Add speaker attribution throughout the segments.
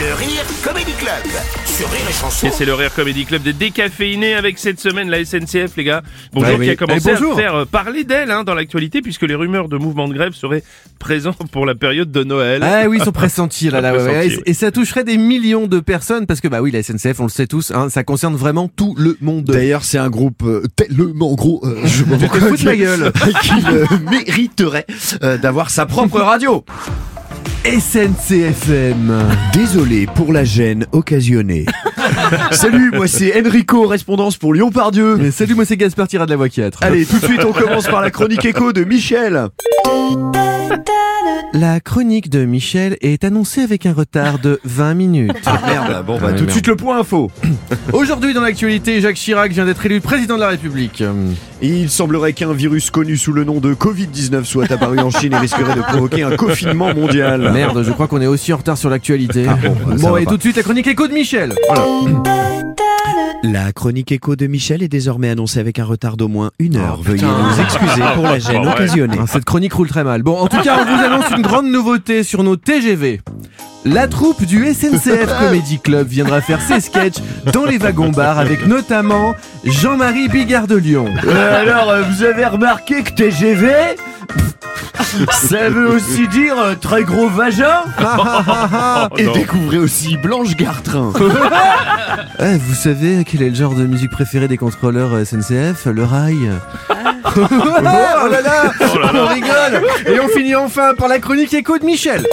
Speaker 1: Le Rire Comedy Club sur Rire et Chanson.
Speaker 2: Et c'est le Rire Comedy Club des décaféinés avec cette semaine la SNCF, les gars. Bonjour,
Speaker 3: Ouais,
Speaker 2: qui a
Speaker 3: oui.
Speaker 2: commencé
Speaker 3: Eh, bonjour.
Speaker 2: à faire euh, parler d'elle hein, dans l'actualité puisque les rumeurs de mouvements de grève seraient présents pour la période de Noël.
Speaker 3: Ah oui, ils sont pressentis là, là, ouais, ouais.
Speaker 2: Pressentis, oui.
Speaker 3: Et ça toucherait des millions de personnes parce que bah oui, la SNCF, on le sait tous, hein, ça concerne vraiment tout le monde.
Speaker 4: D'ailleurs, c'est un groupe euh, tellement gros, euh, je me rends
Speaker 3: te
Speaker 4: compte
Speaker 3: fous de ma
Speaker 4: que-
Speaker 3: gueule.
Speaker 4: qu'il euh, mériterait euh, d'avoir sa propre radio.
Speaker 3: SNCFM.
Speaker 4: Désolé pour la gêne occasionnée. Salut, moi c'est Enrico, respondance pour Lyon Pardieu.
Speaker 3: Mais salut, moi c'est Gaspard Tira de la Voix 4.
Speaker 4: Allez, tout de suite, on commence par la chronique écho de Michel.
Speaker 3: La chronique de Michel est annoncée avec un retard de 20 minutes.
Speaker 4: Merde, bon bah
Speaker 3: Ouais,
Speaker 4: tout de
Speaker 3: merde.
Speaker 4: suite le point info.
Speaker 3: Aujourd'hui dans l'actualité, Jacques Chirac vient d'être élu président de la République.
Speaker 4: Il semblerait qu'un virus connu sous le nom de Covid-19 soit apparu en Chine et risquerait de provoquer un confinement mondial.
Speaker 3: Merde, je crois qu'on est aussi en retard sur l'actualité.
Speaker 4: Ah bon, ça
Speaker 3: bon
Speaker 4: va
Speaker 3: et
Speaker 4: pas.
Speaker 3: tout de suite la chronique écho de Michel.
Speaker 4: La chronique écho de Michel est désormais annoncée avec un retard d'au moins une heure. Veuillez
Speaker 3: putain.
Speaker 4: nous excuser pour la
Speaker 2: Pas
Speaker 4: gêne
Speaker 2: vrai.
Speaker 4: occasionnée.
Speaker 3: Ah, cette chronique roule très mal. Bon, en tout cas, on vous annonce une grande nouveauté sur nos TGV. La troupe du SNCF Comedy Club viendra faire ses sketchs dans les wagons-bars avec notamment Jean-Marie Bigard de Lyon.
Speaker 4: Euh, alors, euh, vous avez remarqué que TGV ça veut aussi dire euh, très gros vagin
Speaker 3: Ah,
Speaker 2: Et non.
Speaker 4: découvrez aussi Blanche Gartrin.
Speaker 3: Eh, vous savez quel est le genre de musique préférée des contrôleurs euh, SNCF Le rail. oh là Oh là, On rigole Et on finit enfin par la chronique écho de Michel.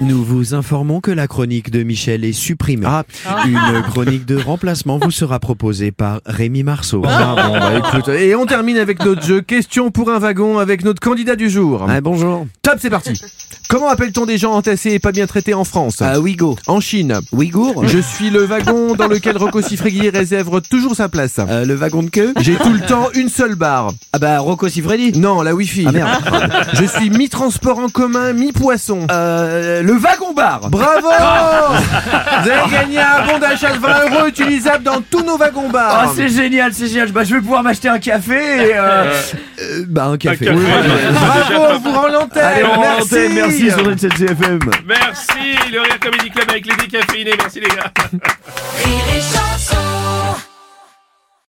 Speaker 4: Nous vous informons que la chronique de Michel est supprimée.
Speaker 3: Ah.
Speaker 4: Ah. Une chronique de remplacement vous sera proposée par Rémi Marceau.
Speaker 3: Ah, bon, bah, écoute, et on termine avec notre jeu Question pour un wagon avec notre candidat du jour.
Speaker 4: Ah, bonjour.
Speaker 3: Top, c'est parti. Comment appelle-t-on des gens entassés et pas bien traités en France
Speaker 4: Wigo.
Speaker 3: En Chine.
Speaker 4: Euh, Ouïghour
Speaker 3: Je suis le wagon dans lequel Rocco Siffredi réserve toujours sa place.
Speaker 4: Euh, Le wagon de queue
Speaker 3: J'ai tout le temps une seule barre.
Speaker 4: Ah bah Rocco Siffredi.
Speaker 3: Non, la Wi-Fi.
Speaker 4: Ah merde.
Speaker 3: Je suis mi-transport en commun, mi-poisson.
Speaker 4: Euh, le wagon bar.
Speaker 3: Bravo Vous avez gagné un bon d'achat de 20 euros utilisable dans tous nos wagons
Speaker 5: Ah,
Speaker 3: bars.
Speaker 5: c'est génial, c'est génial. Bah, je vais pouvoir m'acheter un café et. euh,
Speaker 4: bah un café.
Speaker 2: café.
Speaker 3: Bravo, on vous rend l'antenne.
Speaker 5: Allez, on rend
Speaker 3: Merci.
Speaker 5: l'antenne, merci,
Speaker 4: sur CFM.
Speaker 2: Merci, le Rire Comedy Club avec les décaféinés. Merci les gars.
Speaker 6: Rire et chanson